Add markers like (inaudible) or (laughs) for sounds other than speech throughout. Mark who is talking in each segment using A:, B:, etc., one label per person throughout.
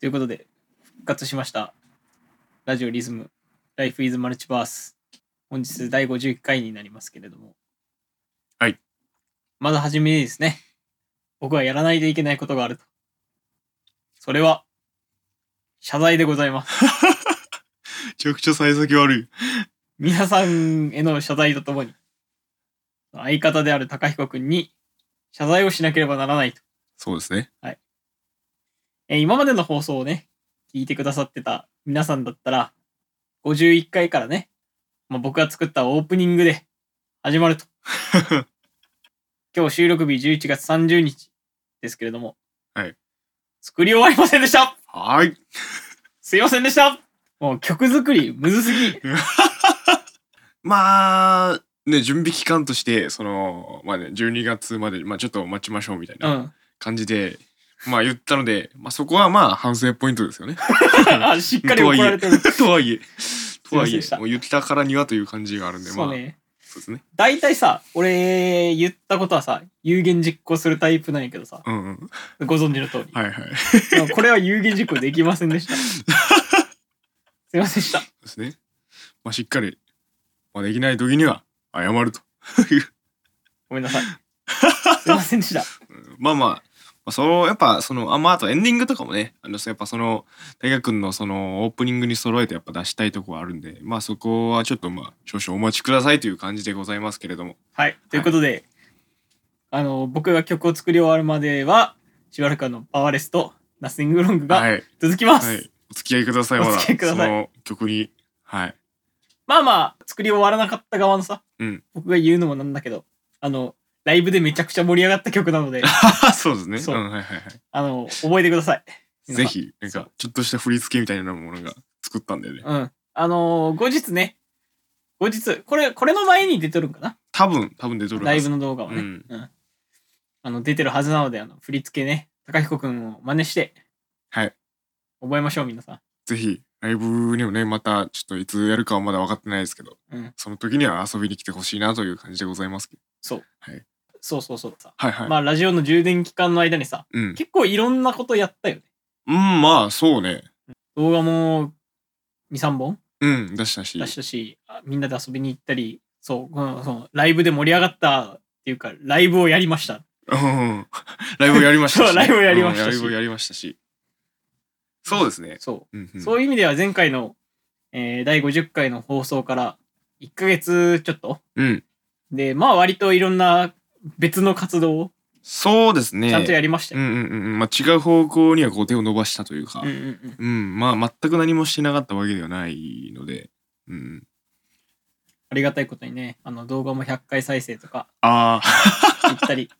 A: ということで、復活しました。ラジオリズム、Life is Multiverse。本日第51回になりますけれども。
B: はい。
A: まずはじめにですね、僕はやらないといけないことがあると。それは、謝罪でございます。 (laughs)
B: めちゃくちゃ幸先悪い。
A: 皆さんへの謝罪とともに、相方である高彦くんに謝罪をしなければならないと。
B: そうですね。
A: えー今までの放送をね、聞いてくださってた皆さんだったら、51回からね、まあ、僕が作ったオープニングで始
B: (laughs)
A: まると。今日収録日11月30日ですけれども、
B: はい
A: 作り終わりませんでした
B: はーい。
A: すいませんでしたもう曲作りむずすぎ。。
B: まあ、ね、準備期間として、その、まあね、12月まで、まあちょっと待ちましょうみたいうなん感じで、まあ言ったので、まあそこはまあ反省ポイントですよね。
A: あ (laughs) しっかり怒られてる。
B: (laughs) とはいえ、とは
A: すいま
B: い
A: せん
B: え
A: でし、た
B: もう言ったからにはという感じがあるんで、ま
A: そ
B: あ、
A: うね。
B: そうですね。
A: 大体さ、俺言ったことはさ、有言実行するタイプなんやけどさ、
B: うんうん。
A: ご存知の通り。
B: はいはい。そう
A: でもこれは有言実行できませんで
B: (laughs)
A: した。すいませんでした。
B: ですね。まあしっかり、まあできない時には謝ると。
A: ごめんな
B: (laughs)
A: さい。すいませんでした。
B: まあまあ、まあ、そうやっぱそのあまああとエンディングとかもねあのそうやっぱその大学のそのオープニングに揃えてやっぱ出したいとこはあるんでまあそこはちょっとまあ少々お待ちくださいという感じでございますけれども
A: はい。ということで、あの、僕が曲を作り終わるまでは、しばらくあの、パワーレスとナッシングロング
B: は
A: が
B: い、
A: 続きます。
B: はい、お付き合いくださいま
A: お
B: だ
A: 付き合いくだ
B: そ
A: さい
B: の曲にはい
A: まあまあ、作り終わらなかった側のさ、
B: うん
A: 僕が言うのもなんだけど、あの、ライブでめちゃくちゃ盛り上がった曲なの
B: (laughs)
A: で、
B: そうですね
A: そう
B: うん、はいはいはい
A: あの、覚えてください。
B: ぜひなん
A: そ
B: かちょっとした振り付けみたいなものが作ったんだよね
A: うん。あのー後日ね、後日、これ、これの前に出てるんかな
B: 多分多分出とる
A: ライ
B: は
A: ブ
B: ず
A: の動画はね。
B: う
A: うんん。あの、出てるはずなので、あの、振り付けね、高彦くんを真似して、
B: はい。
A: 覚えましょう、皆さ
B: ぜひライブにもねまたちょっといつやるかはまだ分かってないですけど
A: ん。うん。
B: その時には遊びに来てほしいなという感じでございますけど
A: そう。
B: はい。
A: そうそうそうさ。
B: はいはい、
A: まあ、ラジオの充電期間の間にさ、
B: うん
A: 結構いろんなことやったよね。
B: うん、まあ、そうね。
A: 動画も2、3本
B: うん、出したし。
A: 出したし、あみんなで遊びに行ったり、そう、この、その、ライブで盛り上がったっていうか、ライブをやりました。
B: うん。 (laughs) ライブやりましたし。
A: (laughs) そうライブやりましたし
B: うんライブやりましたし。そうですね。
A: そう。
B: うん、
A: そうい
B: い
A: う意味では前回の、えー第50回の放送から1ヶ月ちょっと
B: うん。うん。
A: でまあ割といろんな別の活動を
B: そうですね。
A: ちゃんとやりました
B: う
A: よ。
B: んうんうんうん。まあ、違う方向にはこう手を伸ばしたというか。
A: うんうんうん
B: うん、まあ、全く何もしてなかったわけではないので。うん。
A: ありがたいことにねあの動画も100回再生と
B: (laughs)
A: か
B: ああ、
A: 行ったり、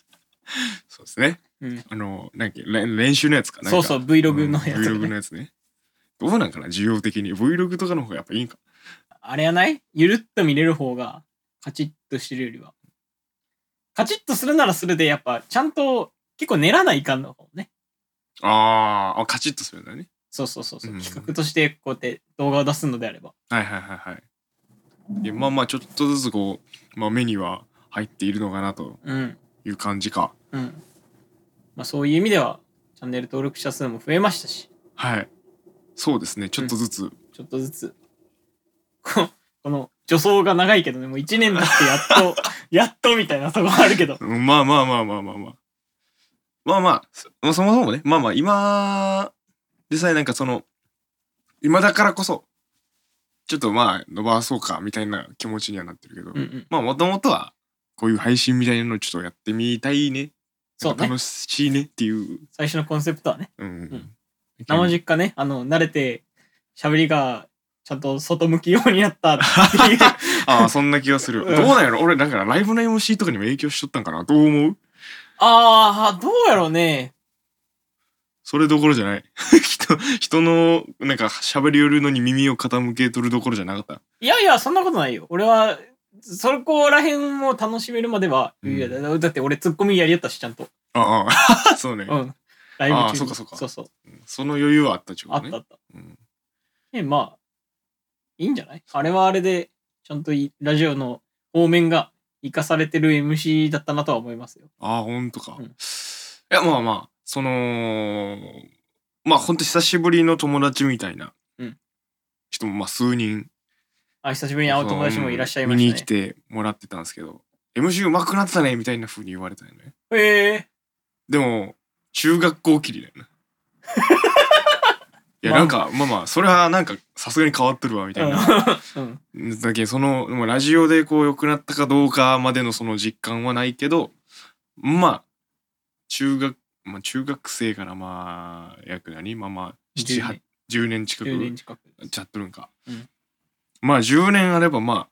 B: そうですね。
A: うん、
B: あの、なんかれん練習のやつかなんか
A: そうそう Vlog のやつ、ね
B: うん Vlog のやつね。どうなんかな需要的に。Vlog とかの方がやっぱいいんか。
A: あれやないゆるっと見れる方がカチッとしてるよりはカチッとするならするでやっぱちゃんと結構練らないかんの方ね
B: あーあ、カチッとするんだね。
A: そうそうそうそう、
B: うん
A: 企画としてこうやって動画を出すのであれば
B: はいはいはいはい。でまあまあちょっとずつこう、まあ、目には入っているのかなと
A: うん
B: いう感じか。
A: うん。まあそういう意味では、チャンネル登録者数も増えましたし、
B: はい。そうですね。ちょっとずつ。
A: ちょっとずつ、この、この助走が長いけどね、もう1年経ってやっと、やっとみたいなとこあるけど。
B: うんまあまあまあまあまあまあ。まあまあそ、まあそもそもね、まあまあ今でさえなんかその、今だからこそ、ちょっとまあ伸ばそうかみたいな気持ちにはなってるけど、
A: うんうん。
B: まあもともとはこういう配信みたいなのちょっとやってみたいね。
A: そうね
B: 楽。しいねっていう。
A: 最初のコンセプトはね、
B: うん。
A: ん生実
B: 実
A: 家ね、あの、慣れて、喋りが、ちゃんと外向きようになったって
B: (laughs)
A: いう。
B: ああ、そんな気がする。
A: うん
B: どうなんやろ俺、だからライブの MC とかにも影響しとったんかなどう思う
A: ああ、どうやろうね。
B: それどころじゃない。 (laughs) 人、人の、なんか喋り寄るのに耳を傾けとるどころじゃなかった。
A: いやいや、そんなことないよ。俺は、そこら辺も楽しめるまでは、
B: うん
A: いやだだって俺ツッコミやりやったし、ちゃんと。
B: あ
A: (laughs)
B: あ、そうね、
A: うん。ライブ中に
B: あーそうかそうか
A: そうそう。
B: その余裕はあったちゅう
A: あ
B: こ
A: っ
B: と
A: たあ
B: ね。
A: った。
B: うん
A: え、まあ、いいんじゃないあれはあれで、ちゃんといラジオの方面が生かされてる MC だったなとは思いますよ。
B: ああ、ほんとか。
A: うん
B: いや、まあまあ、その、まあほんと久しぶりの友達みたいな
A: うん
B: 人もまあ数人
A: あ、久しぶりに会う友達もいらっしゃいま
B: うん
A: し
B: 見に来
A: たね。
B: てもらってたんですけど MC うまくなったねみたいな風に言われたよね
A: へえ
B: でも中学校きり
A: (laughs)
B: だよねいや
A: まあ
B: なんかまあまあそれはなんかさすがに変わっとるわみたいな
A: うん
B: (laughs)
A: うん。
B: だけどそのまあラジオでこう良くなったかどうかまでのその実感はないけどまあ中学まあ中学生からまあ約何まあまあ7 8 10年近く
A: 10年近く。
B: ちゃっとるんか、
A: うん
B: まあ10年あればま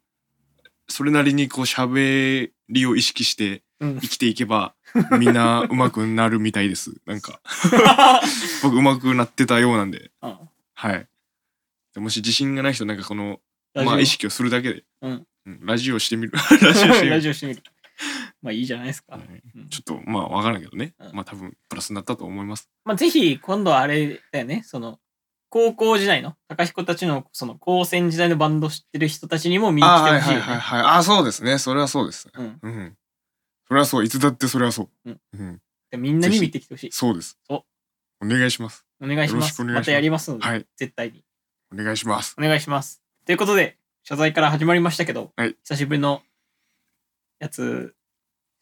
B: あそれなりにこう喋りを意識して
A: うん
B: 生。きていけばみんな上手くなるみたい
A: (laughs)
B: ですなんか僕上手くなってたようなんで
A: あ
B: はいでもし自信がない人なんかこの
A: ラジオ
B: まあ意識をするだけで、
A: うん
B: うんラジオしてみる (laughs) ラジオしてみ
A: (laughs) ラ
B: る
A: ジオしてみる。まあいいじゃないですか
B: は。い
A: うん
B: ちょっとまあわからんけどね、
A: うん
B: まあ多分プラスになったと思います
A: まあぜひ今度はあれだよね、その、高校時代の、高彦たちの、その、高専時代のバンド知ってる人たちにも見に
B: あ
A: 来
B: あ
A: て
B: はい
A: ほし
B: はいい
A: よ
B: はい
A: ね。
B: はいああそうですねそれはそうです
A: うん
B: うんそれはそういつだってそれはそう、
A: うん
B: うん、
A: で。みんなに見てきてほしい。
B: そうです
A: お
B: 願いします
A: お願いしま
B: よろしく
A: す。
B: お願いします
A: またやりますので、
B: はい
A: 絶対に。
B: お願いします
A: お願いします。ということで、謝罪から始まりましたけど、
B: はい
A: 久しぶりのやつ、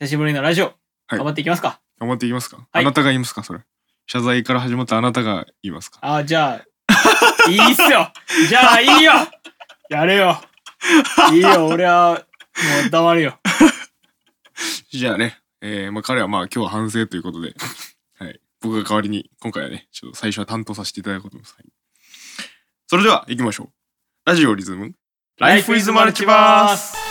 A: 久しぶりのラジオ、頑張っていきますか。
B: 頑張っていきますか、
A: はい
B: あなたが言いますかそれ謝罪から始まったあなたが言いますか
A: ああ、じゃあ、いいっす
B: (laughs)
A: よ。じゃあ、いいよ。やれよ。いいよ、俺は、もう黙るよ。
B: じゃあね、えーまあ、彼はまあ今日は反省ということで、 (laughs) はい、僕が代わりに今回はねちょっと最初は担当させていただくことです、はい、それでは行きましょうラジオリズムライフイズマルチバース
A: ス。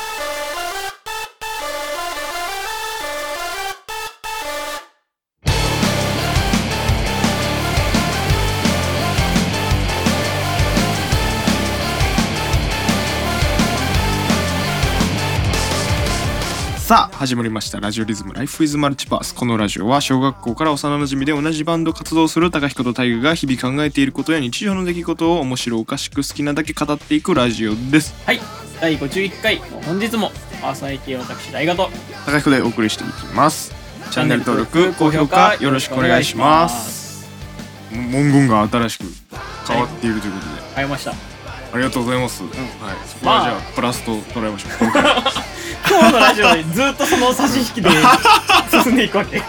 B: さあ始まりましたラジオリズムライフイズマルチバースこのラジオは小学校から幼馴染で同じバンド活動する高彦と大我が日々考えていることや日常の出来事を面白おかしく好きなだけ語っていくラジオです
A: はい、第51回、本日もパーソナリティは私、大賀と、
B: 高彦でお送りしていきますチャンネル登録高評価よろしくお願いします。文言が新しく変わっているということで、
A: 変えました。
B: ありがとうございます、はいそこはじゃあ、プラスと捉えましょう今回は
A: 今日のラジオでずっとその差し引きで進んでいくわけ。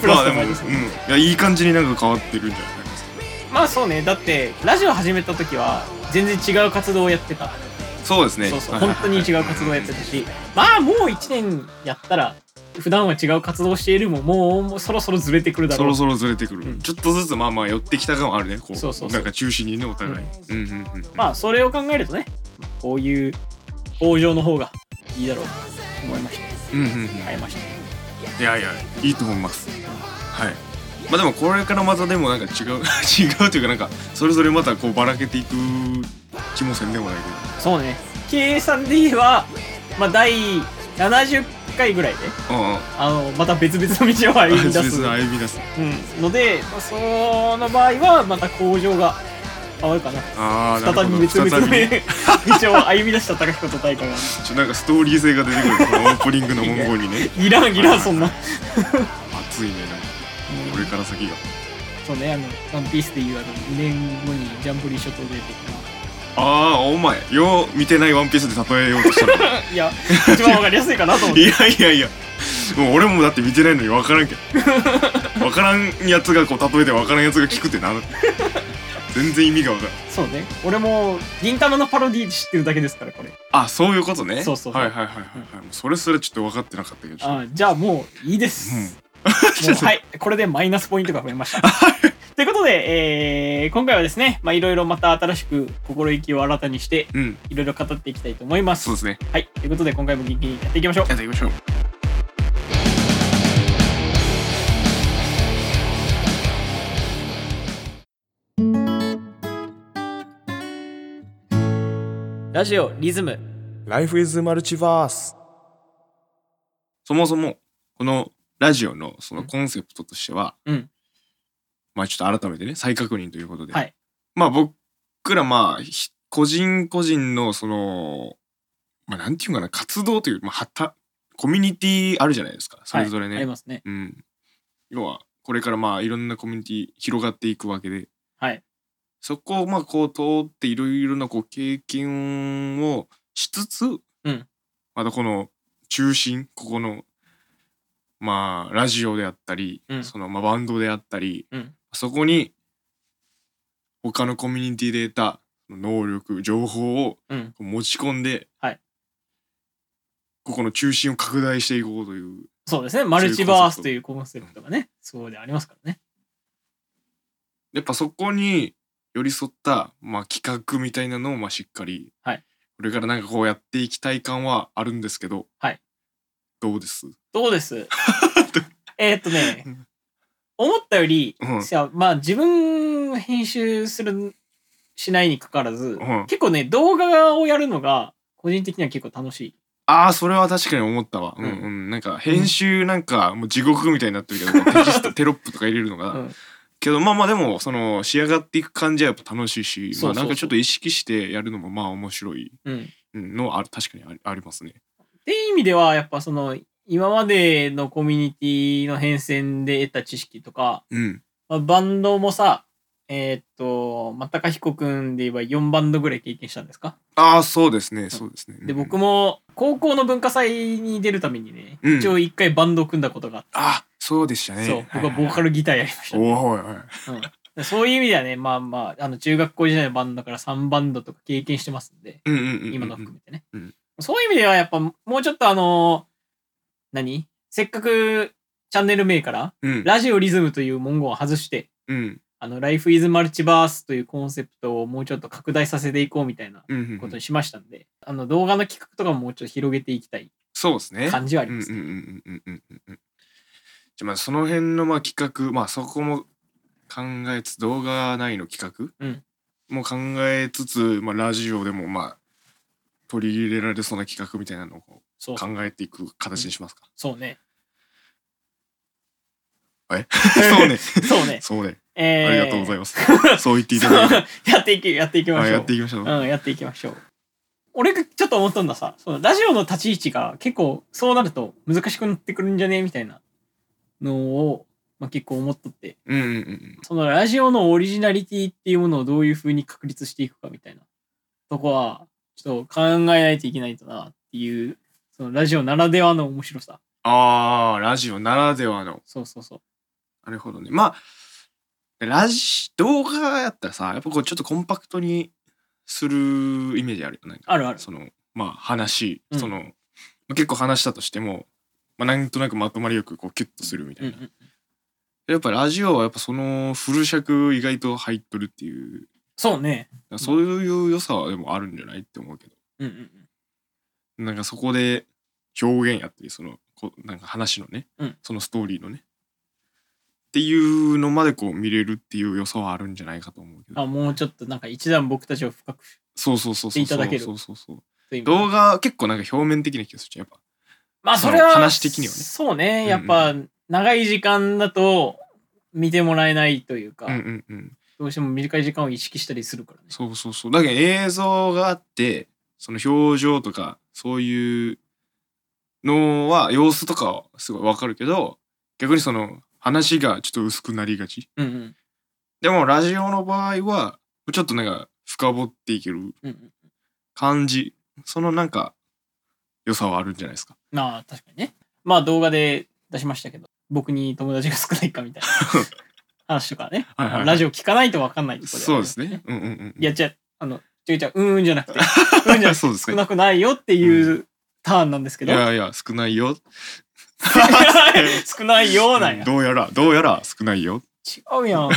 A: プラ
B: (laughs) まあ
A: ス
B: で
A: とマ
B: も、
A: イ
B: うん、
A: ナ
B: い
A: ス
B: やいい感じになんか変わってるんじゃないですか
A: まあそうね、だってラジオ始めた時は全然違う活動をやってた。
B: そうですね
A: そうそう、
B: はいは
A: 本
B: い
A: 当に違う活動をやってたし、まあもう1年やったら、普段は違う活動をしているももうもうそろそろずれてくるだ
B: そ
A: ろう
B: ろ。そろずれてくる、
A: うん
B: ちょっとずつまあまあ寄ってきた感はあるねこう
A: そうそうそう
B: なんか中心にねお互い、うん、うんうんうん
A: まあそれを考えるとね、こういう向上の方がいいだろうと思いまして、
B: うんうんうん
A: 変えました。
B: いやいやいいと思いますはいまあでもこれからまたでもなんか違う (laughs) 違うというかなんかそれぞれまたこうばらけていく気もせんでもないけど
A: そうね、計算で言えば、まあ第70回ぐらいで、
B: うんうん
A: あの、また別々の道を歩み
B: (laughs)
A: 出す
B: 別。々の歩み出す
A: うん、ので、まあ、その場合はまた向上が変わるかな
B: ああ
A: 再び別々の
B: 再
A: (laughs)
B: び
A: 道を歩み出した高彦と大我が
B: ちょなんかストーリー性が出てくるこのオープニングの文言にね
A: いらんいらんそんな
B: 熱いねなんかこれから先が
A: そうねあの「ワンピースでいうあの2年後にジャンボリー諸島で出てき
B: ああお前よう見てないワンピースで例えようと
A: (laughs)
B: したのい
A: たいや一番わかりやすいかなと思って
B: やいやいやもう俺もだって見てないのに分からんけど分からんやつがこう例えて分からんやつが聞くってな全然意味が分からん
A: そうね俺も銀玉のパロディ知ってるだけですからこれ
B: あそういうことね
A: そうそう
B: はいはいはいはい、はいもうそれすらちょっと分かってなかったけど
A: あじゃあもういいです、
B: うん
A: (laughs) もうはいこれでマイナスポイントが増えま (laughs) したということで、えー今回はですねまあいろいろまた新しく心意気を新たにして
B: うん
A: いろいろ語っていきたいと思います
B: そうですね
A: はいということで今回も元気にやっていきましょう
B: やっていきましょう
A: ラジオリズム
C: ライフイズマルチバース。
B: そもそもこのラジオのそのコンセプトとしては、
A: うん
B: まあちょっと改めてね再確認ということで、
A: はい
B: まあ僕らまあひ個人個人のそのまあなんていうかな活動というまあはたコミュニティあるじゃないですかそれぞれね、
A: はいありますね
B: うん、要はこれからまあいろんなコミュニティ広がっていくわけで
A: はい。
B: そこをまあこう通っていろいろなこう経験をしつつ、
A: ん
B: またこの中心ここのまあラジオであったり、
A: うん
B: そのまあバンドであったり
A: うん。
B: そこに他のコミュニティで得た能力情報を
A: うん。
B: 持ち込んで、
A: はい
B: ここの中心を拡大していこうという
A: そうですね。マルチバースというコンセプトがね、そうでありますからね。
B: やっぱそこに寄り添った、まあ、企画みたいなのをまあしっかり、
A: はい
B: これからなんかこうやっていきたい感はあるんですけど、
A: はい
B: どうです、
A: どうです
B: (laughs)
A: えーっとね
B: うん、
A: 思ったより、
B: うん
A: じゃあまあ自分編集する、しないにかかわらず、
B: うん
A: 結構ね、動画をやるのが、個人的には結構楽しい。
B: ああそれは確かに思ったわ、う
A: うんん
B: うん、なんか編集なんかもう地獄みたいになってるけど、テ
A: (laughs)
B: キストテロップとか入れるのが、
A: うん
B: けどまあまあでもその仕上がっていく感じはやっぱ楽しいし
A: そうそうそう
B: まあ、なんかちょっと意識してやるのもまあ面白い
A: うん。
B: うんのはある確かにありありますね。
A: っていう意味ではやっぱその今までのコミュニティの変遷で得た知識とか、
B: うん、
A: まあ、バンドもさえーっとまたかひこくんで言えば4バンドぐらい経験したんですか
B: ああそうですねそうですね。
A: で
B: うん
A: 僕も高校の文化祭に出るためにね、
B: うん
A: 一応一回バンドを組んだことがあって、
B: あそうでしたね。
A: そう僕はボーカ
B: ル
A: ルギターやりました、
B: おおはいはい。
A: うんそういう意味ではねまあまああの中学校時代のバンドだから3バンドとか経験してますんで
B: うんうんうんうんうん
A: 今の含めてね、
B: うん
A: そういう意味ではやっぱもうちょっとあの何せっかくチャンネル名から
B: うん
A: ラジオリズムという文言を外して
B: うん
A: あの Life is Multiverse というコンセプトをもうちょっと拡大させていこうみたいな
B: うんうんう
A: こと
B: ん
A: にしましたんで、あの動画の企画とかももうちょっと広げていきたい
B: そうですね。
A: 感じはあ
B: う
A: り
B: んうん
A: ま
B: うん
A: す、ね
B: うんうんうんうんうん。じゃあまあその辺のまあ企画まあそこも考えつつ動画内の企画、
A: うん
B: も考えつつまあラジオでもまあ取り入れられそうな企画みたいなのをこ
A: そうう
B: 考えていく形にしますか。
A: そうね
B: そう (laughs) ね。
A: (laughs) そうね
B: そうね。あ
A: えー
B: りがとうございます。そう言っていただいて。
A: そう (laughs) やっていきやっていきましょ
B: は
A: う
B: いやっていきましょう。
A: うん、やっていきましょう。俺がちょっと思ったんださ、そのラジオの立ち位置が結構そうなると難しくなってくるんじゃねみたいなのを、まあ、結構思っとって、
B: うんうんうん
A: そのラジオのオリジナリティっていうものをどういう風に確立していくかみたいなとこは、ちょっと考えないといけないとなっていう、そのラジオならではの面白さ。
B: ああラジオならではの。
A: そうそうそう。
B: なるほどね。まあ、ラジ、動画やったらさ、やっぱこうちょっとコンパクトにするイメージあるよね。
A: あるある。
B: その、まあ話、
A: うん
B: その、まあ結構話したとしても、まあなんとなくまとまりよくこうキュッとするみた
A: う
B: い
A: ん
B: な。
A: うん、
B: やっぱラジオはやっぱそのフル尺意外と入っとるっていう、
A: そうね。
B: そういう良さはでもあるんじゃないって思うけど。
A: うんうんうん。
B: なんかそこで表現やったりそのこなんか話のね、
A: うん
B: そのストーリーのねっていうのまでこう見れるっていう良さはあるんじゃないかと思うけど
A: あもうちょっとなんか一段僕たちを深く
B: そうそうそうそう
A: 見ていただける
B: そうそうそう
A: という意味で
B: 動画結構なんか表面的な気がするじゃんやっ
A: まあ
B: そ
A: そ
B: の
A: れは
B: 話的にはね
A: そう
B: うんう
A: ね
B: ん
A: やっぱ長い時間だと見てもらえないというか、
B: ぱうんうんうん
A: どうしても短い時間を意識したりするからね
B: そうそうそうだけど映像があってその表情とかそういうのは様子とかはすごいわかるけど逆にその話がちょっと薄くなりがち
A: うんうん
B: でもラジオの場合はちょっとなんか深掘っていける
A: うんうん
B: 感じそのなんか良さはあるんじゃないですか。
A: まあ確かにねまあ動画で出しましたけど僕に友達が少ないかみたい
B: (laughs)
A: な話とかね
B: はいはいはい
A: ラジオ聞かないと分かんないところ
B: そうですね。うんうんうん。
A: いやじゃあのちょいちょいうんうんじゃなく
B: (laughs)
A: てうんじゃ
B: そうです
A: 少
B: ね。
A: なくないよっていうターンなんですけ
B: い
A: ど、
B: やいや少ないよ。
A: (laughs) 少ないようなんや、
B: どうやらどうやら少ないよ。
A: 違うや
B: (laughs)
A: ん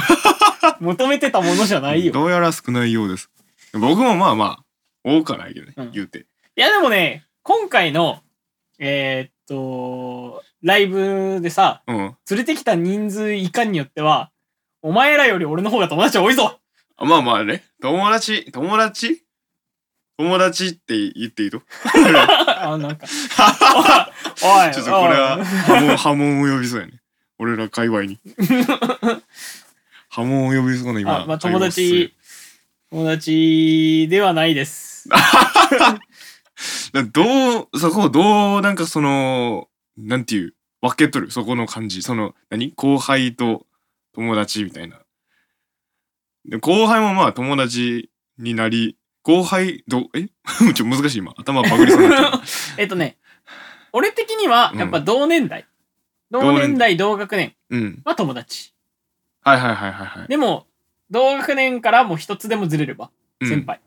A: 求めてたものじゃないよ
B: どうやら少ないようです。僕もまあまあ多くはないけどね、
A: うん
B: 言うて。
A: いやでもね、今回の、えーっと、ライブでさ、
B: うん。
A: 連れてきた人数いかんによっては、お前らより俺の方が友達多いぞ (laughs)
B: あまあまあね友達友達友達って言っていいと
A: あ、なん
B: (laughs)
A: か。おいおい
B: ちょっとこれは波紋波紋を呼びそうやね。俺ら界
A: (laughs)
B: 隈に。波紋を呼びそうな今。
A: あ、まあ、
B: 会話
A: 友
B: をする
A: 達、友達ではないです。
B: (laughs) だどう、そこをどう、なんかその、なんていう、分けとるそこの感じその何後輩と友達みたいなで後輩もまあ友達になり後輩どえ (laughs) ちょっと難しい今頭バグりそうになっちゃった
A: えっとね、俺的には、やっぱ同年代。同年代、同学年 (laughs)
B: うん
A: は友達。
B: はいはいはいはいはい、
A: でも、同学年からもう一つでもずれれば、
B: うん
A: 先輩、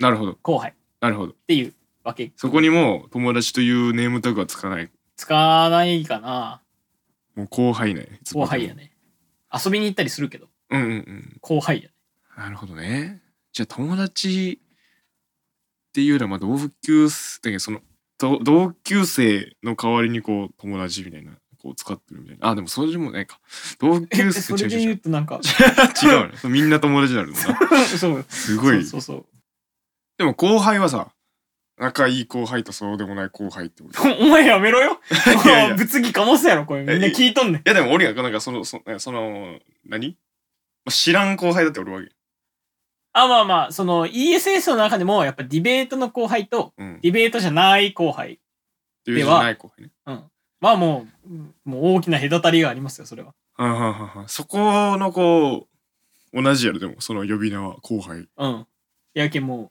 B: なるほど
A: 後輩っ
B: なるほど
A: ていうわけ。
B: そこにもう友達というネームタグはつかない
A: 使わないかな。
B: もう後輩ね
A: 後輩やね。遊びに行ったりするけど、
B: うんうんうん
A: 後輩やね。
B: なるほどねじゃあ友達っていうよりはまあ同級生だけどそのと同級生の代わりにこう友達みたいなこう使ってるみたいなあでもそれでもないか同級
A: え、
B: 生
A: そ
B: 違
A: れ
B: う
A: で
B: 違う違
A: 言
B: う
A: うと
B: (laughs)
A: なんか、
B: 違うねそうみんな友達になるんだ
A: そう。
B: すごい
A: そうそう
B: でも後輩はさ仲いい後輩とそうでもない後輩ってこと
A: そう。お前やめろよ。
B: (laughs) いやいや
A: 物議かもすやろ、これ。みんな聞いとんねん。
B: いやでも俺がなんかそのそその何まあ知らん後輩だって俺はわけ
A: あ、まあまあ、その ESS の中でも、やっぱディベートの後輩と、
B: うん
A: ディベートじゃない後輩
B: 友人じゃない後輩ね
A: まあもううん、もう大きな隔たりがありますよ、それは。
B: はんはんはんはんそこのこう同じやろでもその呼び名は後輩
A: うん。やけんもう、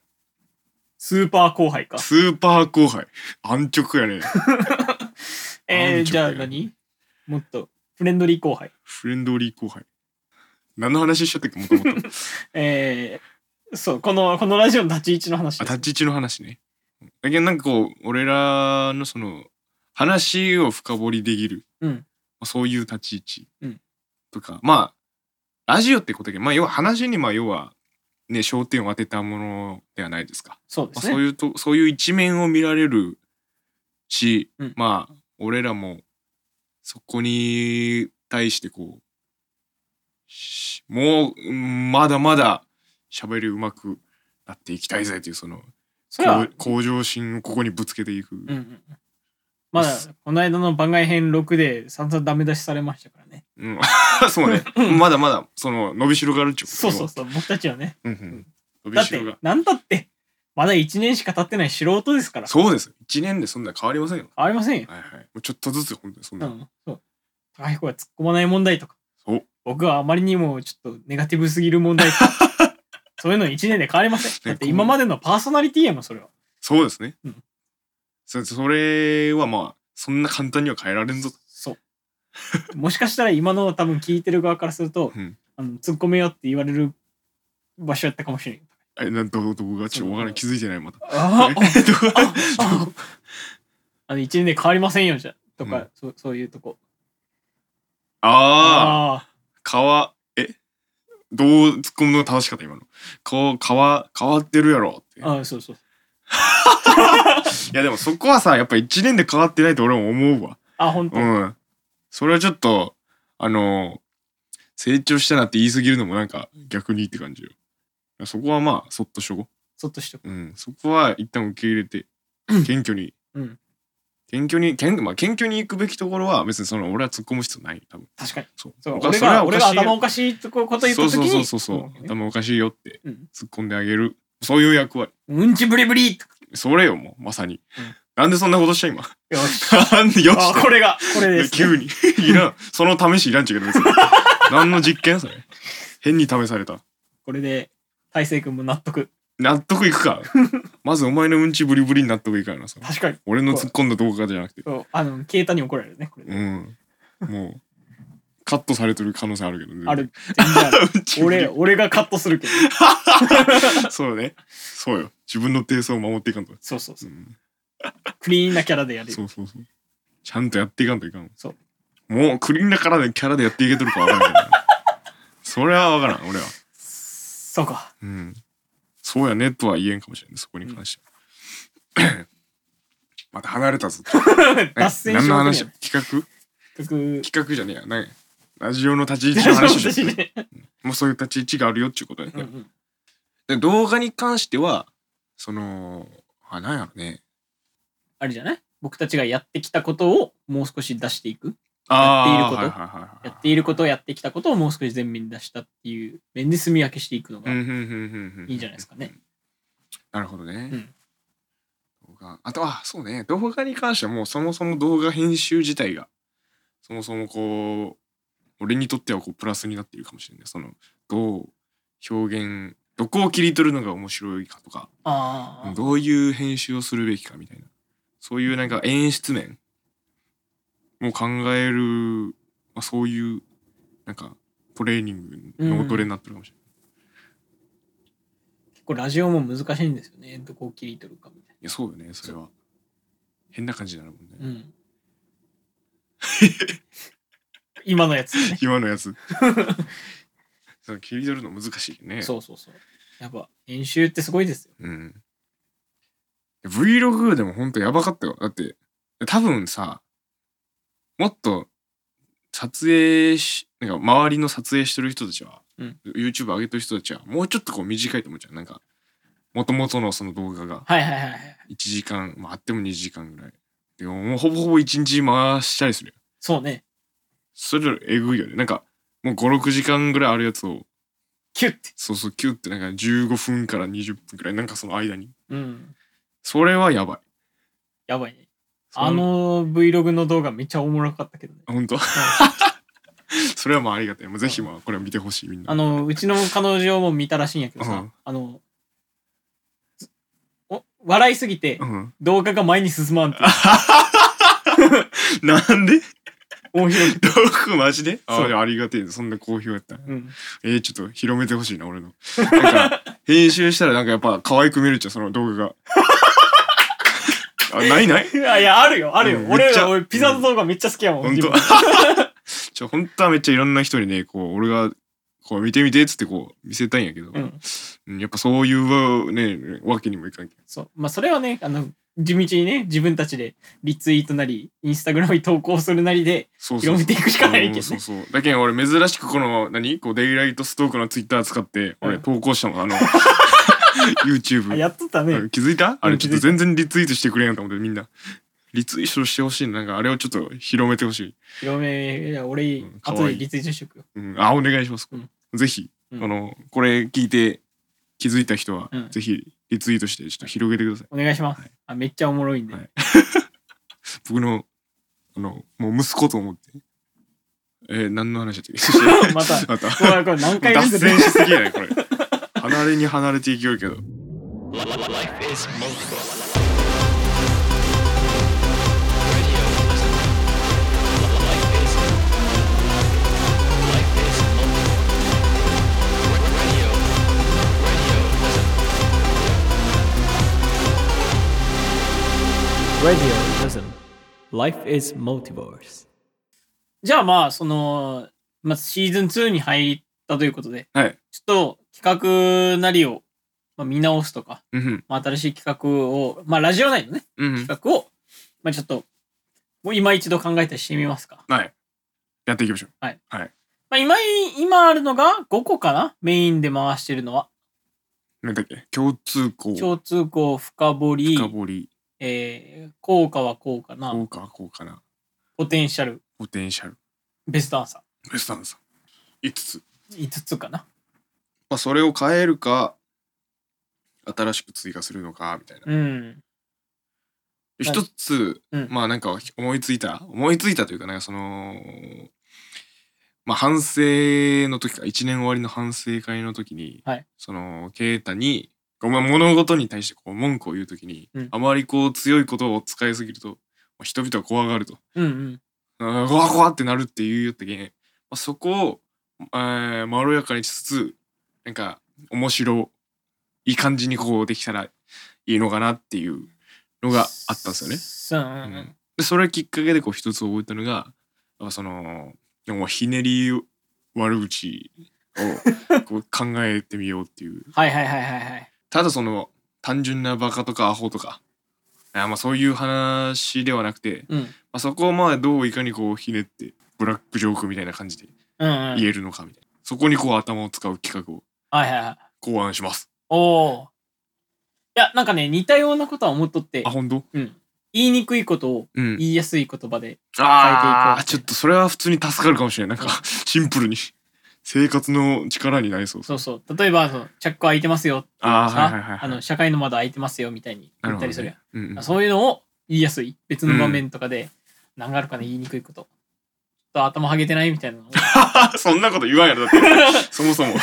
A: スーパー後輩か。
B: スーパー後輩安直やね
A: えー、
B: 安直
A: じゃあ何もっと、フレンドリー後輩。
B: フレンドリー後輩何の話しちゃったっけもともと
A: (laughs) えー、そう、この、このラジオの立ち位置の話
B: あ
A: です。
B: 立ち位置の話ねだけどなんかこう俺らのその話を深掘りできる、
A: うん
B: まあそういう立ち位置
A: うん
B: とか、まあラジオってことだけどまあ要は話にまあ要はね焦点を当てたものではないですか
A: そうで
B: まあ
A: す
B: そう
A: ね。
B: いうとそういう一面を見られるし、
A: うん
B: まあ俺らもそこに対してこうしもううんまだまだ喋りうまくなっていきたいぜというその
A: それは
B: 向、向上心をここにぶつけていく、
A: うんうん。まだ、この間の番外編6で散々ダメ出しされましたからね。
B: うん (laughs) そうねまだまだその伸びしろがあるっちゅうこと
A: そうそうそう、僕たちはね。
B: うんうん伸び
A: だっ
B: しろ
A: て
B: が、
A: なんだって、まだ1年しか経ってない素人ですから。
B: そうです1年でそんな変わりませんよ
A: 変わりませんよ。
B: はいはいもうちょっとずつ本当にそん
A: う
B: な、
A: ん、そう。高彦が突っ込まない問題とか、
B: そう
A: 僕はあまりにもちょっとネガティブすぎる問題
B: (laughs)
A: とか、そういうの1年で変わりません。だって今までのパーソナリティやもん、それは。
B: そうですね。
A: うん
B: そそれはまあ、そんな簡単には変えられんぞ。
A: そう。もしかしたら今の多分聞いてる側からすると、
B: うん
A: あの突っ込めよって言われる場所やったかもしれん。
B: え、なんどどこがちょっとわからん。気づいてない、まだ。
A: ああ
B: えどこ (laughs) が
A: ああ (laughs) あの1年で変わりませんよ、じゃとか、
B: うん
A: そう、そういうとこ。
B: ああ、
A: あ
B: 川、えどう突っ込むのが正しかった、今の。こう、川、変わってるやろって。
A: ーあー、そうそう。
B: いや、でもそこはさ、やっぱ一年で変わってないと俺も思うわ。
A: あ、本当、
B: うん。それはちょっと、あの、成長したなって言い過ぎるのもなんか逆にって感じよ。そこはまあ、そっとしとこう。
A: そっとしとく。
B: うん、そこは一旦受け入れて謙虚に、
A: うん
B: 謙虚に謙,、まあ、謙虚に行くべきところは別にその俺は突っ込む必要ない多分
A: 確かに。
B: そう
A: そう
B: おか
A: 俺
B: それは
A: が、
B: お
A: 俺
B: か
A: が
B: しい
A: 頭おかしいとここと言ったときに、
B: そうそうそうそう、
A: うん
B: 頭おかしいよって
A: うん
B: 突っ込んであげるそういう役割
A: うんちブリブリとか
B: それよもうまさに、
A: うん
B: なんでそんなことした今 (laughs)
A: よし。
B: なんでよし
A: あ、これが、これです。
B: 急に (laughs) いらんその試しいらんちゃうけど
A: (laughs)
B: 別に何の実験それ変に試された
A: これで、大成君も納得。
B: 納得い
A: (laughs)
B: くかまずお前のうんちブリブリに納得いくからなその
A: 確かに。
B: 俺の突っ込んだ動画じゃなくて
A: そうあの、ケイタに怒られるね、これ
B: う
A: で。
B: ん。もう、カットされてる可能性あるけどね。
A: ある。全然あ
B: (laughs)
A: る
B: うんちぶり
A: 俺、。俺がカットする
B: (laughs)
A: けど。
B: そうね。そうよ。自分の定数を守っていかんと。
A: そうそうそうう。
B: ん
A: クリーンなキャラでやる
B: そうそうそう。ちゃんとやっていかんといかん。
A: そう。
B: もう、クリーンなキャラでキャラでやっていけとるかわからんからなそれはわからん、俺は。
A: そうか。
B: うん。そうやねとは言えんかもしれない、そこに関しては。 (coughs) また離れ
A: (laughs)
B: たぞ。
A: 脱線し
B: 何
A: よ
B: の
A: うと
B: 話
A: ね。
B: 企
A: 結局
B: 画、企画じゃねえや。なんやラジオの立ち位置の話じゃん
A: ね。
B: もうそういう立ち位置があるよっていうことね。
A: (laughs) うんうん
B: で動画に関してはそのあなんやろね
A: あれじゃない僕たちがやってきたことをもう少し出していく。
B: あ
A: やっていること
B: ーはいはいはいはい
A: やっていることをやってきたことをもう少し前面に出したっていう面で墨分けしていくのが
B: うん
A: い
B: うんうんうんうん
A: いんじゃないですかね。
B: なるほどね、
A: うん
B: 動画あとあそうね動画に関してはもうそもそも動画編集自体がそもそもこう俺にとってはこうプラスになっているかもしれないそのどう表現どこを切り取るのが面白いかとか
A: ああ。
B: どういう編集をするべきかみたいなそういうなんか演出面も考える、まあ、そういうなんかトレーニングのトレになってるかもしれない、
A: 結構ラジオも難しいんですよね。どこを切り取るかみたい
B: いやそうよねそれは変な感じになるもんね、
A: な。うん。 (laughs) 今のやつね。
B: 今のやつそう切り取るの難し (laughs) いね
A: そうそうそう。やっぱ演習ってすごいですよ。
B: うん。Vlog でもほんとやばかったよ。だって、多分さ、もっと撮影し、なんか周りの撮影してる人たちは、
A: うん
B: YouTube 上げてる人たちは、もうちょっとこう短いと思うじゃん。なんか、もともとのその動画が
A: はいはいはいはい。
B: 1時間、まああっても2時間ぐらい。でももうほぼほぼ1日回したりするよ。
A: そうね。
B: それえぐいよね。なんか、もう5、6時間ぐらいあるやつを、
A: キュッて。
B: そうそう、キュってなんか15分から20分ぐらい、なんかその間に。
A: うん。
B: それはやばい。
A: やばいね。
B: そ
A: あの Vlog の動画めっちゃおもろかったけどね。
B: 本当それはまあありがたい。もうぜひまあこれを見てほしいみんな。
A: あの、うちの彼女も見たらしいんやけどさ、
B: うん
A: あの、ずお笑いすぎて
B: うん、
A: 動画が前に進まんっていう
B: なんで (laughs)
A: 面白くて。
B: どこマジであ
A: そう
B: でもありがてえ。そんな好評やった。
A: うん。
B: えー、ちょっと広めてほしいな、俺 (laughs) の。なんか、編集したらなんかやっぱ可愛く見れちゃう、その動画 (laughs) が。あ、ないない
A: いや、いやあるよ、あるよ。
B: うんめ
A: 俺
B: っちゃ
A: ら、俺、ピザの動画めっちゃ好きやもん。
B: 本当 (laughs)
A: 自分
B: ちょ、本当はめっちゃいろんな人にね、こう、俺が、こう見てみてっつってこう見せたいんやけど、
A: うん。
B: うんやっぱそういうわね、わけにもいかんけ
A: そう。まあ、それはね、あの、地道にね、自分たちでリツイートなり、インスタグラムに投稿するなりで、
B: そうそうそう
A: 広めていくしかないけど
B: そう
A: ね。
B: そうそうだけど俺珍しくこの何こうデイライトストークのツイッター使って俺
A: うん
B: 投稿した
A: (laughs)
B: の、あの
A: あ
B: YouTube、
A: やっとった
B: う
A: ね
B: ん。気づいたあ
A: う
B: れ
A: ん
B: ち
A: 気づ
B: ょっ
A: いた
B: と全然リツイートしてくれんやんと思ってみんなリツイートしてほしいななんかあれをちょっと広めてほしい、
A: 広め、いや、俺、
B: うん可愛い
A: 後でリツイートしとくよ。
B: うん、あお願いします、
A: うん
B: ぜひ、
A: うん
B: あのこれ聞いて気づいた人は、
A: うん
B: ぜひリツイートしてちょっと広げてください
A: お願いします。
B: はい
A: あめっちゃおもろいんで。
B: はい僕のあのもう息子と思ってえー、何の話だったっ
A: (laughs)
B: け
A: また
B: (laughs) また
A: これこれ何回連
B: 脱
A: 続で
B: 線しすぎないこれ (laughs) 離れに離れていきよるけど
A: じゃあまあ、その、まあ、シーズン2に入ったということで、
B: はい
A: ちょっと企画なりを、まあ、見直すとか、
B: うん
A: まあ、新しい企画を、まあ、ラジオ内のね、
B: うんうん
A: 企画を、まあ、ちょっと、もう今一度考えたりしてみますか。
B: はいやっていきましょう
A: まあ、今い、今あるのが5個かなメインで回してるのは。
B: なんだっけ共通項
A: 共通項、深掘り、
B: 深掘り
A: えー、効果はこうかな、
B: 効果はこうかな
A: ポテンシャル、
B: ポテンシャル
A: ベストアンサ
B: ベストアンサー5つ、
A: ー。5つかな。
B: まあ、それを変えるか新しく追加するのかみたいな
A: うん。
B: で一つ、
A: うん
B: まあなんか思いついた思いついたというかなんかそのまあ反省の時か一年終わりの反省会の時に、
A: はい
B: その啓太にこうまあ物事に対してこう文句を言う時に、
A: うん
B: あまりこう強いことを使いすぎるとまあ人々は怖がると
A: うんうん。
B: あー怖わ怖ってなるっていうよったけん、まあ、そこを、えーまろやかにしつつなんか面白いい感じにこうできたらいいのかなっていうのがあったんですよね。
A: そううんうんうん。
B: でそれきっかけでこう一つ覚えたのがやっぱそのでもまあひねり悪口を
A: (laughs)
B: こう考えてみようっていう
A: はいはいはいはいはい。
B: ただその単純なバカとかアホとかあーまあそういう話ではなくて、
A: うん。
B: まあ、そこをまあどういかにこうひねってブラックジョークみたいな感じで
A: うん、うん。
B: 言えるのかみたいな、そこにこう頭を使う企画を
A: はいはいはい。
B: 考案します
A: おお。いや、なんかね、似たようなことは思っとって
B: あ、本当
A: うん。言いにくいことを
B: うん
A: 言いやすい言葉で。
B: あ
A: 変えていこう
B: あちょっとそれは普通に助かるかもしれないなんかシンプルに生活の力になりそう
A: そうそう。例えば、そのチャック開いてますよっていうの
B: あー
A: さ、
B: はいはいはいはい
A: あの、社会の窓開いてますよみたいに言ったりするやん。
B: なるほどねうんうん
A: そういうのを言いやすい。別の場面とかで、何があるかね、言いにくいこと。と頭ハゲてないみた
B: (laughs)
A: いなのをい
B: そんなこと言わん
A: (laughs)
B: やろ、だって。そもそ (laughs) も。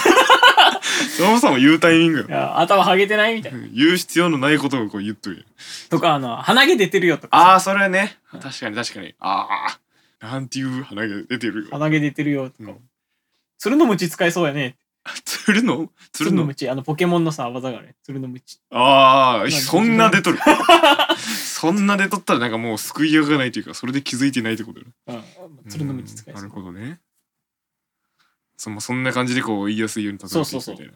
B: そもそも言うタイミングよ。
A: や頭ハゲてないみたいな
B: うん言う必要のないことをこう言っとるやん。
A: とかあの鼻毛出てるよとか
B: ああ、それね。確かに確かに。ああ。なんていう鼻毛出てるよ。
A: 鼻毛出てるよと
B: う
A: か
B: ん
A: 鶴の鞭使えそうやね
B: つるのつ
A: 鶴
B: る
A: の
B: の
A: 鞭あのポケモンのさ技がある鶴の鞭
B: ああ、
A: んか
B: そんな出とる。 (laughs) そんな出とったらなんかもう救いようがないというか、それで気づいてないってことよ
A: うん鶴の鞭使え
B: な
A: そ
B: る
A: う
B: ほどね。そそんな感じでこう言いやすいように例えていくみたいな。
A: そうそう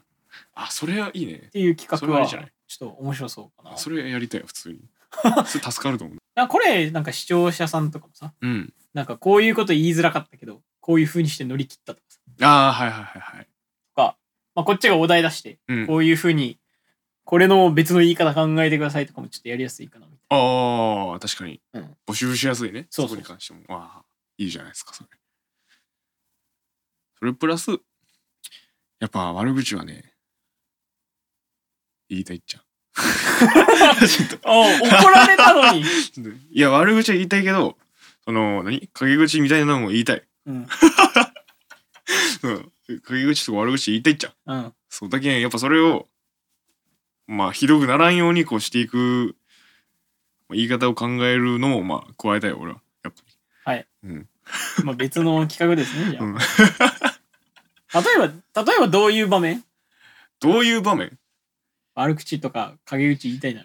B: あ、それはいいね
A: っ。ていう企
B: そ
A: 画
B: れはい
A: はいち
B: じ
A: ょっ
B: ゃない
A: と面白そうかな
B: それやりたいよ普通に。 (laughs) それ助かると思う。
A: なんかこれなんか視聴者さんとかもさ
B: うん。
A: なんかこういうこと言いづらかったけどこういう風にして乗り切ったとかさ、
B: ああ、はいはいはいはい。
A: まあ、こっちがお題出して
B: うん、
A: こういう風にこれの別の言い方考えてくださいとかもちょっとやりやすいかなみたいな
B: ああ、確かに、
A: うん
B: 募集しやすいね。
A: そ
B: そう
A: そう
B: こに関しても。わあ、いいじゃないですか、それ。それプラス、やっぱ悪口はね、言いたいっちゃ。ちょっと
A: あ怒られたのに、
B: いや、悪口は言いたいけど、その、何陰口みたいなのも言いたい。
A: (laughs) うん
B: うん。陰口とか悪口言いたいっちゃ。
A: うん、
B: そうだけんやっぱそれをまあひどくならんようにこうしていくまあ言い方を考えるのもまあ加えたい俺はやっぱり
A: はい、
B: うん
A: まあ、別の企画ですねじゃあ、
B: うん
A: 例えば例えばどういう場面
B: どういう場面
A: 悪口とか陰口言いたいな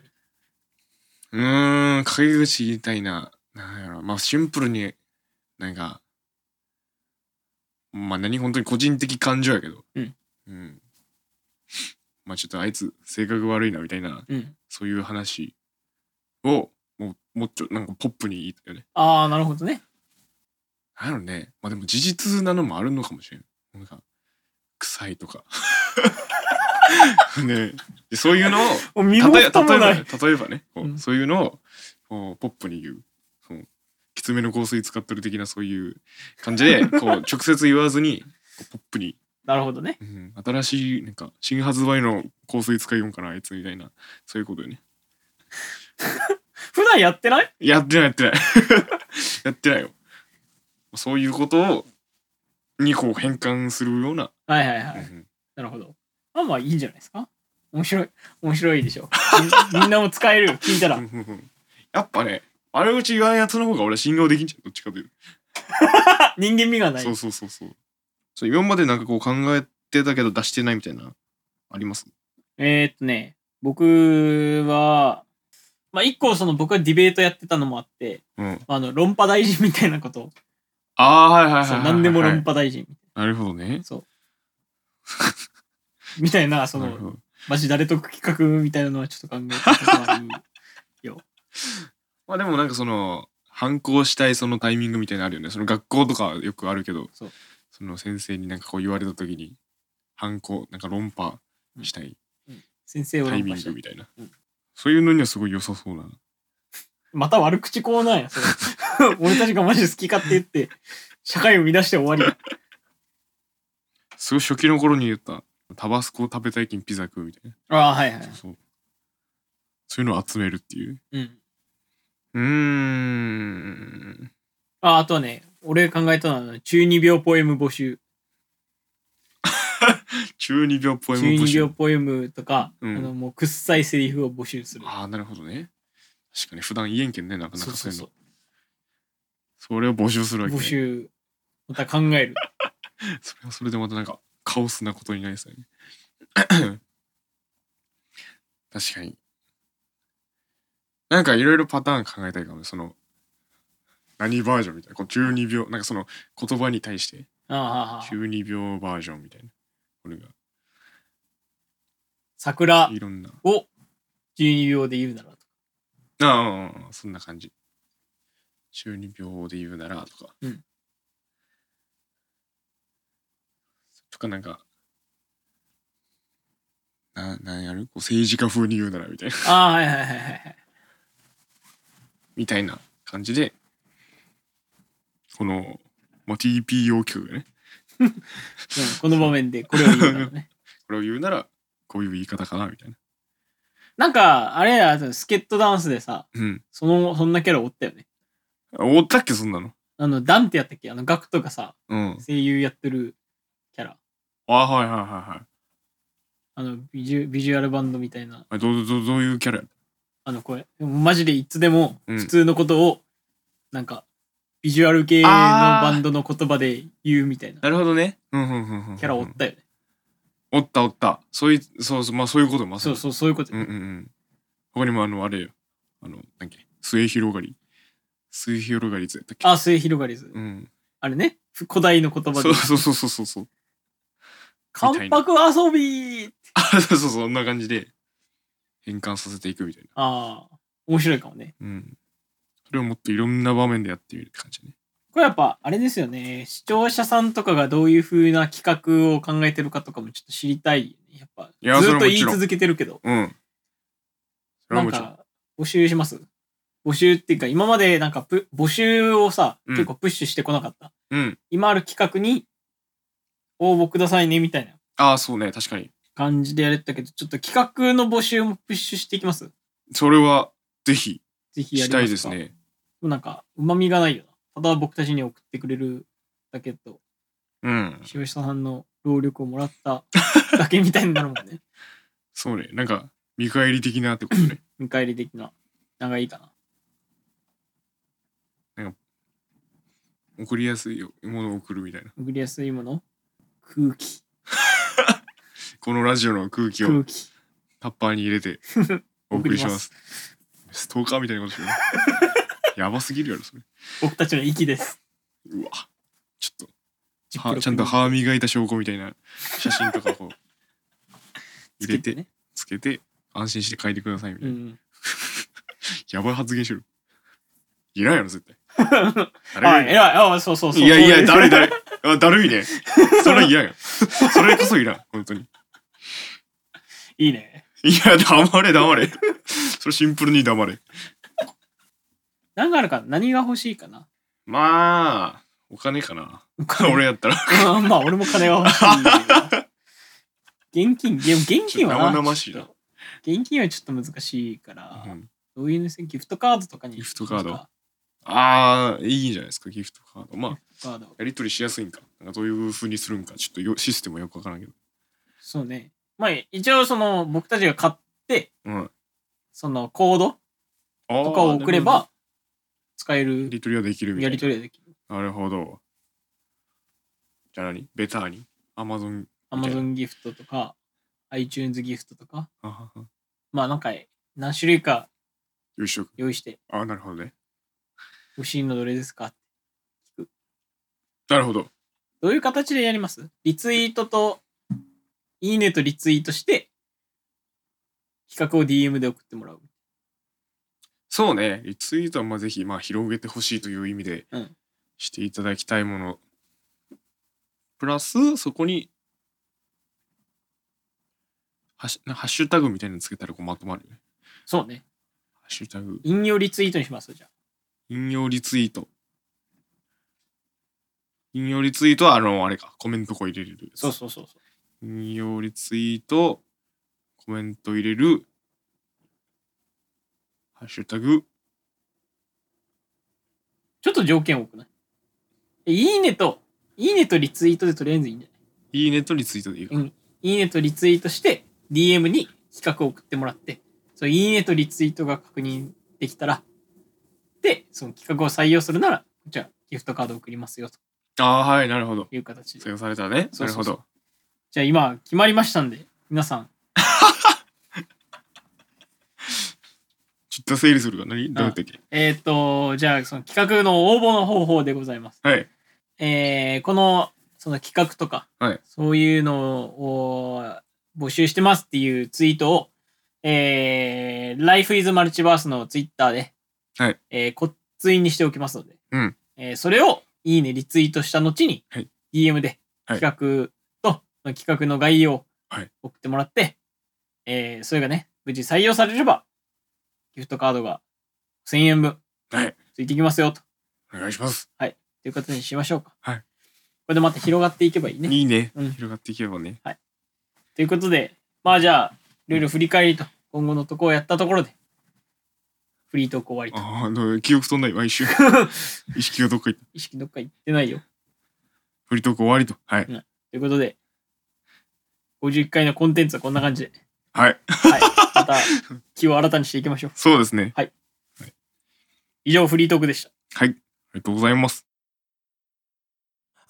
B: うーん陰口言いたいななんやろまあシンプルになんかまあ何本当に個人的感情やけど
A: うん、
B: うんまあちょっとあいつ性格悪いなみたいな
A: うん
B: そういう話をもうもうちょなんかポップに言いたいよね
A: ああなるほどね
B: なんやろね。まあでも事実なのもあるのかもしれん。なんか、臭いとか。 (laughs) ねでそういうのを、
A: もう見
B: 例え
A: 事
B: 例えば
A: もない
B: ね、例えばね、こ
A: う
B: う
A: ん
B: そういうのをこうポップに言う。こうきつめの香水使ってる的なそういう感じで、
A: (laughs)
B: こう直接言わずに、こうポップに、
A: なるほどね
B: うん新しい、なんか、新発売の香水使いよんかな、あいつみたいな、そういうことよね。
A: 普段やってない
B: やってないやってない (laughs) やってないよそういうことをにこう変換するような、
A: はいはいはい、
B: うん
A: なるほど。まあまあいいんじゃないですか。面白い。面白いでしょ。みみんな (laughs) も使えるよ。聞いたら。
B: やっぱね悪口言わんやつの方が俺は信用できんじゃんどっちかという
A: 人間味が
B: と、
A: ない
B: そう。そうそうそうそう今までなんかこう考えてたけど出してないみたいなあります
A: えーっとね、僕は、まあ一個その僕はディベートやってたのもあって、
B: うん
A: あの論破大臣みたいなことを、
B: ああはいはいはい
A: そう
B: はい
A: 何でも
B: はい
A: 論破大臣
B: なるほどね
A: (laughs) みたいな、そ
B: なるほ
A: の、
B: ど
A: マジ誰得企画みたいなのはちょっと考えてた方がいい
B: まあでもなんかその反抗したいそのタイミングみたいなのあるよねその学校とかよくあるけど
A: そう
B: その先生になんかこう言われた時に反抗なんか論破したい
A: 先生を
B: タイ
A: 論
B: ミ
A: 破
B: ン
A: し
B: グ
A: た。
B: みたいな、
A: うん
B: そういうのにはすごい良さそうな
A: また悪口コーナーや、
B: (laughs)
A: それ。俺たちがマジで好き勝手言って、社会を乱して終わり。
B: すごい初期の頃に言ったタバスコを食べたいけんピザ食うみたいな、
A: ああ、はいはい
B: そう。そうそういうのを集めるっていう
A: うん。
B: うーん
A: あ、あとはね、俺考えたのは、中二病ポエム募集。
B: 中二病ポエム
A: 中
B: 募
A: 二
B: 集
A: 病ポエムとか、
B: うん
A: あの、もう、くっさいセリフを募集する。
B: ああなるほどね確かに普段言えんけんねなかな
A: そ
B: か
A: うそう
B: そ
A: う
B: いうの
A: そ。
B: そうれを募集するわけ、ね、
A: 募集、また考
B: (laughs)
A: える。
B: それはそれでまたなんかカオスなことになりそうやね (coughs) 確かになんかいろいろパターン考えたいかもねその何バージョンみたいなこう12秒なんかその言葉に対して
A: ああああああ、
B: 12秒バージョンみたいなこれが
A: 桜
B: いろんな
A: を中二病で言うならとか。
B: ああああああそんな感じ12秒で言うならとか、
A: うん
B: とかなんかななんやるこう政治家風に言うならみたいな (laughs)
A: ああ、はいはいはいはいはい。
B: みたいな感じで、この、まあ、TPO 級がね、
A: うんこの場面でこれを言うなら
B: (laughs)
A: ね。
B: これを言うなら、こういう言い方かな、みたいな。
A: なんか、あれや、スケットダンスでさ、
B: うん。
A: その、そんなキャラおったよね。
B: おったっけ、そんなの。
A: あの、ダンってやったっけあの、ガクトがさ、
B: うん。
A: 声優やってるキャラ。
B: あ、はいはいはいはい
A: あの、ビジュビジュアルバンドみたいな、
B: あ。どう、どう、どういうキャラや
A: あの声。でもマジでいつでも、
B: うん
A: 普通のことを、なんか、ビジュアル系の
B: あー
A: バンドの言葉で言うみたいな
B: なるほどね。うんうんうんうん。
A: キャラおったよね。
B: おったおった。そういう、そうそう、まあそういうことまさ
A: そう
B: に。
A: そう、そういうこと。
B: うんうんうん。他にもあの、あれよ。あの、なんだっけ、末広がり。末広がりずやったっけ。
A: あ、末広がりず
B: う。ん。
A: あれね、ふ古代の言葉
B: そ
A: で
B: う、そうそうそうそうそう。
A: 関白遊びー
B: あ、 (laughs) そうそう、そんな感じで変換させていくみたいな。
A: ああ、面白いかもね。
B: うん。それをもっといろんな場面でやってみるって感じね。
A: これやっぱ、あれですよね。視聴者さんとかがどういう風な企画を考えてるかとかもちょっと知りたい。やっぱ、
B: いや
A: ずっ
B: そ
A: と
B: れはも
A: 言い
B: ちろん
A: 続けてるけど。
B: うん。それ
A: な
B: は
A: ん
B: もちろん。
A: か、募集します募集っていうか、今までなんかプ、募集をさ、
B: うん
A: 結構プッシュしてこなかった。
B: うん。
A: 今ある企画に応募くださいね、みたいな
B: ああ、そうね、確かに。
A: 感じでやれてたけど、ちょっと企画の募集もプッシュしていきます。
B: それは、ぜひ、
A: ぜひや
B: し
A: り
B: た
A: ま
B: い
A: す
B: で
A: か
B: すね。
A: もうなんか、うまみがないよな。ただ僕たちに送ってくれるだけと、
B: うん。
A: 塩下さんの労力をもら
B: (laughs)
A: っただけみたいになるもんね。
B: そうね。なんか、見返り的なってことね。
A: 見返り的な。なんかいいか
B: 送りやすいよものを送るみたいな。
A: な。送りやすいもの空気。
B: このラジオの空気を
A: 空気。
B: タッパーに入
A: (laughs)
B: れてお送りします。ストーカーみたいなことしてる。
A: (laughs)
B: やばすぎるやろ、それ。
A: 僕たちの息です。
B: うわ。ちょっ
A: ジップロッ
B: と、
A: ク
B: は
A: に
B: ちゃんと歯磨いた証拠みたいな写真とかこう、
A: (laughs) つ
B: 入れ
A: け
B: て
A: て、ね。
B: つけて、安心して書いてくださいみた
A: う
B: いな。
A: ん。
B: やばい発言しろ。いらんやろ、絶対。
A: (laughs)
B: 誰
A: あ、
B: が
A: 偉
B: 言
A: いうあそうそうそう。
B: いやいや、
A: そう
B: だるいだるい。 (laughs) あ、だるいね。それいらんよ。それこそいらん、本当に。
A: いいね。
B: いや、黙れ、黙れ。それシンプルに黙れ。
A: 何があるかな何が欲しいかな
B: まあ、お金かな。 (laughs) 俺やったら。
A: うんまあ、俺も金は欲しいんだけど。現金、でも現金はな
B: 生々しいな
A: ちょっと現金はちょっと難しいから、
B: うん
A: どういうのギフトカードとかに。
B: ギフトカードああ、いいんじゃないですか、ギフトカード。まあ、
A: カード。
B: やり取りしやすいんか。なんかどういう風にするんか、ちょっとよシステムはよくわからんけど。
A: そうね。まあ、一応、その、僕たちが買って、
B: うん。
A: その、コード
B: あ
A: とかを送れ
B: なるほど
A: ば、使え
B: や
A: る、
B: り取りはできるみた
A: や
B: いな
A: り。取りができる。
B: なるほど。じゃあ何ベターにアマゾン。みたいな
A: Amazon ギフトとか、iTunes ギフトとか、
B: あはは
A: まあ、なんか、何種類か
B: よいしょ。
A: 用意して、
B: あなるほどね。
A: 欲しいのどれですか
B: なるほど。
A: どういう形でやりますリツイートと、いいねとリツイートして、企画を DM で送ってもらう。
B: そうね。リツイートはまあぜひまあ広げてほしいという意味で
A: うん
B: していただきたいもの。プラス、そこに、ハッシュなハッシュタグみたいなのつけたらこうまとまるよね。
A: そうね。
B: ハッシュタグ、
A: 引用リツイートにしますじゃあ。
B: 引用リツイート。引用リツイートは、あの、あれか、コメントこう入れれるやつ
A: そうそうそうそう。
B: 引用リツイート、コメント入れる、ハッシュタグ、
A: ちょっと条件多くないえいいねと、いいねとリツイートでとりあえずいいんじゃ
B: いいねとリツイートでいいか。
A: うんないいいねとリツイートして、DM に企画を送ってもらって、そのいいねとリツイートが確認できたら、で、その企画を採用するなら、じゃあギフトカード送りますよと
B: ああー、はい、なるほど。
A: いう形で
B: 採。用されたらね。
A: そうそう
B: な
A: そう
B: るほど。
A: じゃあ今決まりましたんで、皆さん、
B: ちょっと整理するか。何どうやったっけ
A: えーっ、と、じゃあ、その企画の応募の方法でございます。
B: はい。
A: えーこの、その企画とか、
B: はい
A: そういうのを募集してますっていうツイートを、えー、Life is Multiverse のツイッターで、
B: はい
A: えー、こっついにしておきますので、
B: うん
A: えーそれを、いいね、リツイートした後に、
B: はい
A: DM で
B: はい
A: 企画と、その企画の概要を
B: はい
A: 送ってもらって、えーそれがね、無事採用されれば、ギフトカードが1000円分
B: はい。
A: ついてきますよと
B: お願いします。
A: ということにしましょうか。
B: はい
A: これでまた広がっていけばいいね。
B: いいね。
A: うん
B: 広がっていけばね。
A: ということで、まあじゃあ、いろいろ振り返りと今後のとこをやったところで、フリートーク終わりと。
B: ああ、だから記憶飛んだよ、毎
A: (laughs)
B: 週。意識がどっか行った。
A: 意識どっか行ってないよ。
B: フリートーク終わりと。はい。
A: ということで、51回のコンテンツはこんな感じで、
B: はい。
A: はい、ま
B: (laughs)
A: た気を新たにしていきましょう。
B: そうですね。
A: 以上、フリートークでした。
B: はい。ありがとうございます。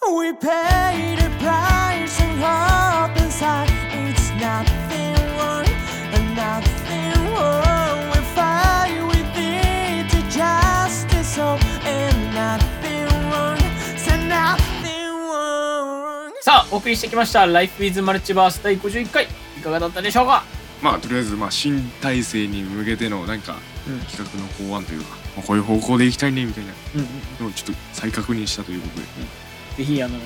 D: We pay the price and hope inside it's nothing wrong and nothing wrong. We fight with it to justice oh, and nothing wrong. So nothing wrong.
A: さあ、お送りしてきました、Life with Multiverse 第51回、いかがだったでしょうか
B: まあ、とりあえず、まあ、新体制に向けての、なんか、
A: うん
B: 企画の法案というか、まあ、こういう方向でいきたいね、みたいな
A: うんうん
B: のをちょっと再確認したということで、
A: ぜひ、あの、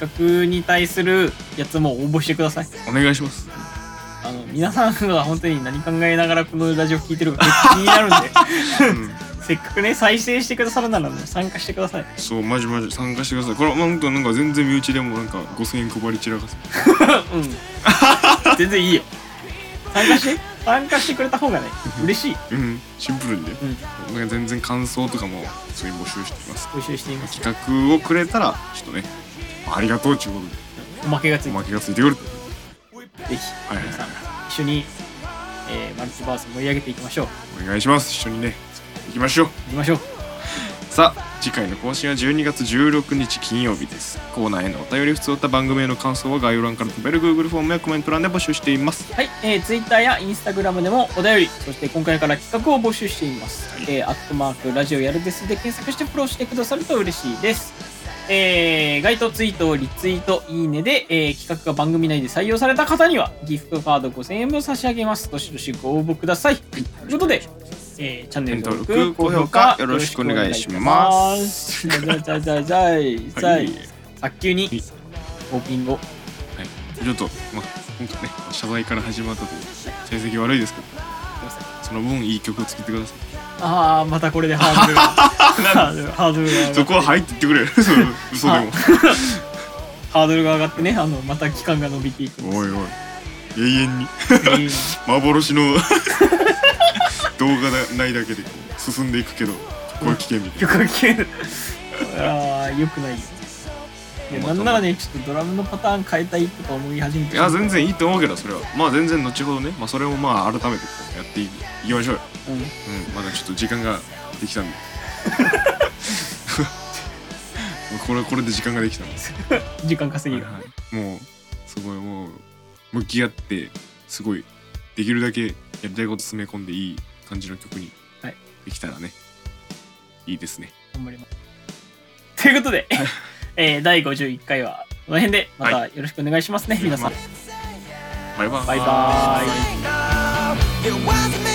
A: 企画に対するやつも応募してください。
B: お願いします。
A: あの、皆さんが本当に何考えながらこのラジオ聞いてる (laughs) か結構気になるんで。
B: うん
A: せっかくね再生してくださるならもう参加してください
B: そう、マジマジ参加してください。これ、まあ、ほんとなんか全然身内でもなんか5000円配り散らかす。
A: うん (laughs) 全然いいよ参加して参加してくれた方がね嬉しい
B: うん、シンプルにね。
A: うん
B: なんか全然感想とかも、そういう募集してます。
A: 募集しています
B: 企画をくれたら、ちょっとね、ありがとうちゅうことで、
A: おまけがつい
B: お
A: て
B: まけがついてくる。
A: ぜひ
B: はいはい
A: 皆さ
B: は
A: ん一緒に、えーマルチバース盛り上げていきましょう
B: い。お願いします。一緒にね、行きましょう。
A: いきましょう
B: さあ次回の更新は12月16日金曜日ですコーナーへのお便り普通歌番組への感想は概要欄から飛べる Google フォームやコメント欄で募集しています
A: はい、えー、Twitter や Instagram でもお便りそして今回から企画を募集しています、えーアットマークラジオやるですで検索してフォローしてくださると嬉しいですえー、該当ツイート、リツイート、いいねで、えー企画が番組内で採用された方には、ギフトカード5000円分差し上げます。どしどしご応募ください。ということで、えーチャンネル登録、高
B: 登
A: 評
B: 録
A: 価、
B: よろしくお願いします
A: じゃいじゃいじゃいじゃいじゃい早急に、オープニングを
B: ちょっと、まあ、今回ね謝罪から始まったという成績悪いですけどその分いい曲を作ってくださ
A: ああまたこれでハードルがハードルハードルが上がって
B: いそこは入って言ってくれ (laughs) そう嘘でも
A: ハードルが上がってねあのまた期間が伸びていく
B: おいおい永遠に
A: 永遠に
B: 幻の動画がないだけでこう進んでいくけどここは危険みたいな
A: 曲が消えるああよくないよいやなんならねちょっとドラムのパターン変えたいとか思い始めて
B: いや全然いいと思うけどそれはまあ全然後ほどね、まあ、それもまあ改めてこうやっていきましょうよ、
A: うん
B: うん、まだちょっと時間ができたんで (laughs) これこれで時間ができたんです、
A: 時間稼ぎが
B: はいもうすごいもう向き合ってすごいできるだけやりたいこと詰め込んでいい感じの曲に
A: はい
B: できたらね、いいですね
A: 頑張りますということで、えー第51回はこの辺でまた
B: は
A: よろしくお願いしますね、皆さん
B: バイバーイ
A: バイバーイ
D: It wasn't me.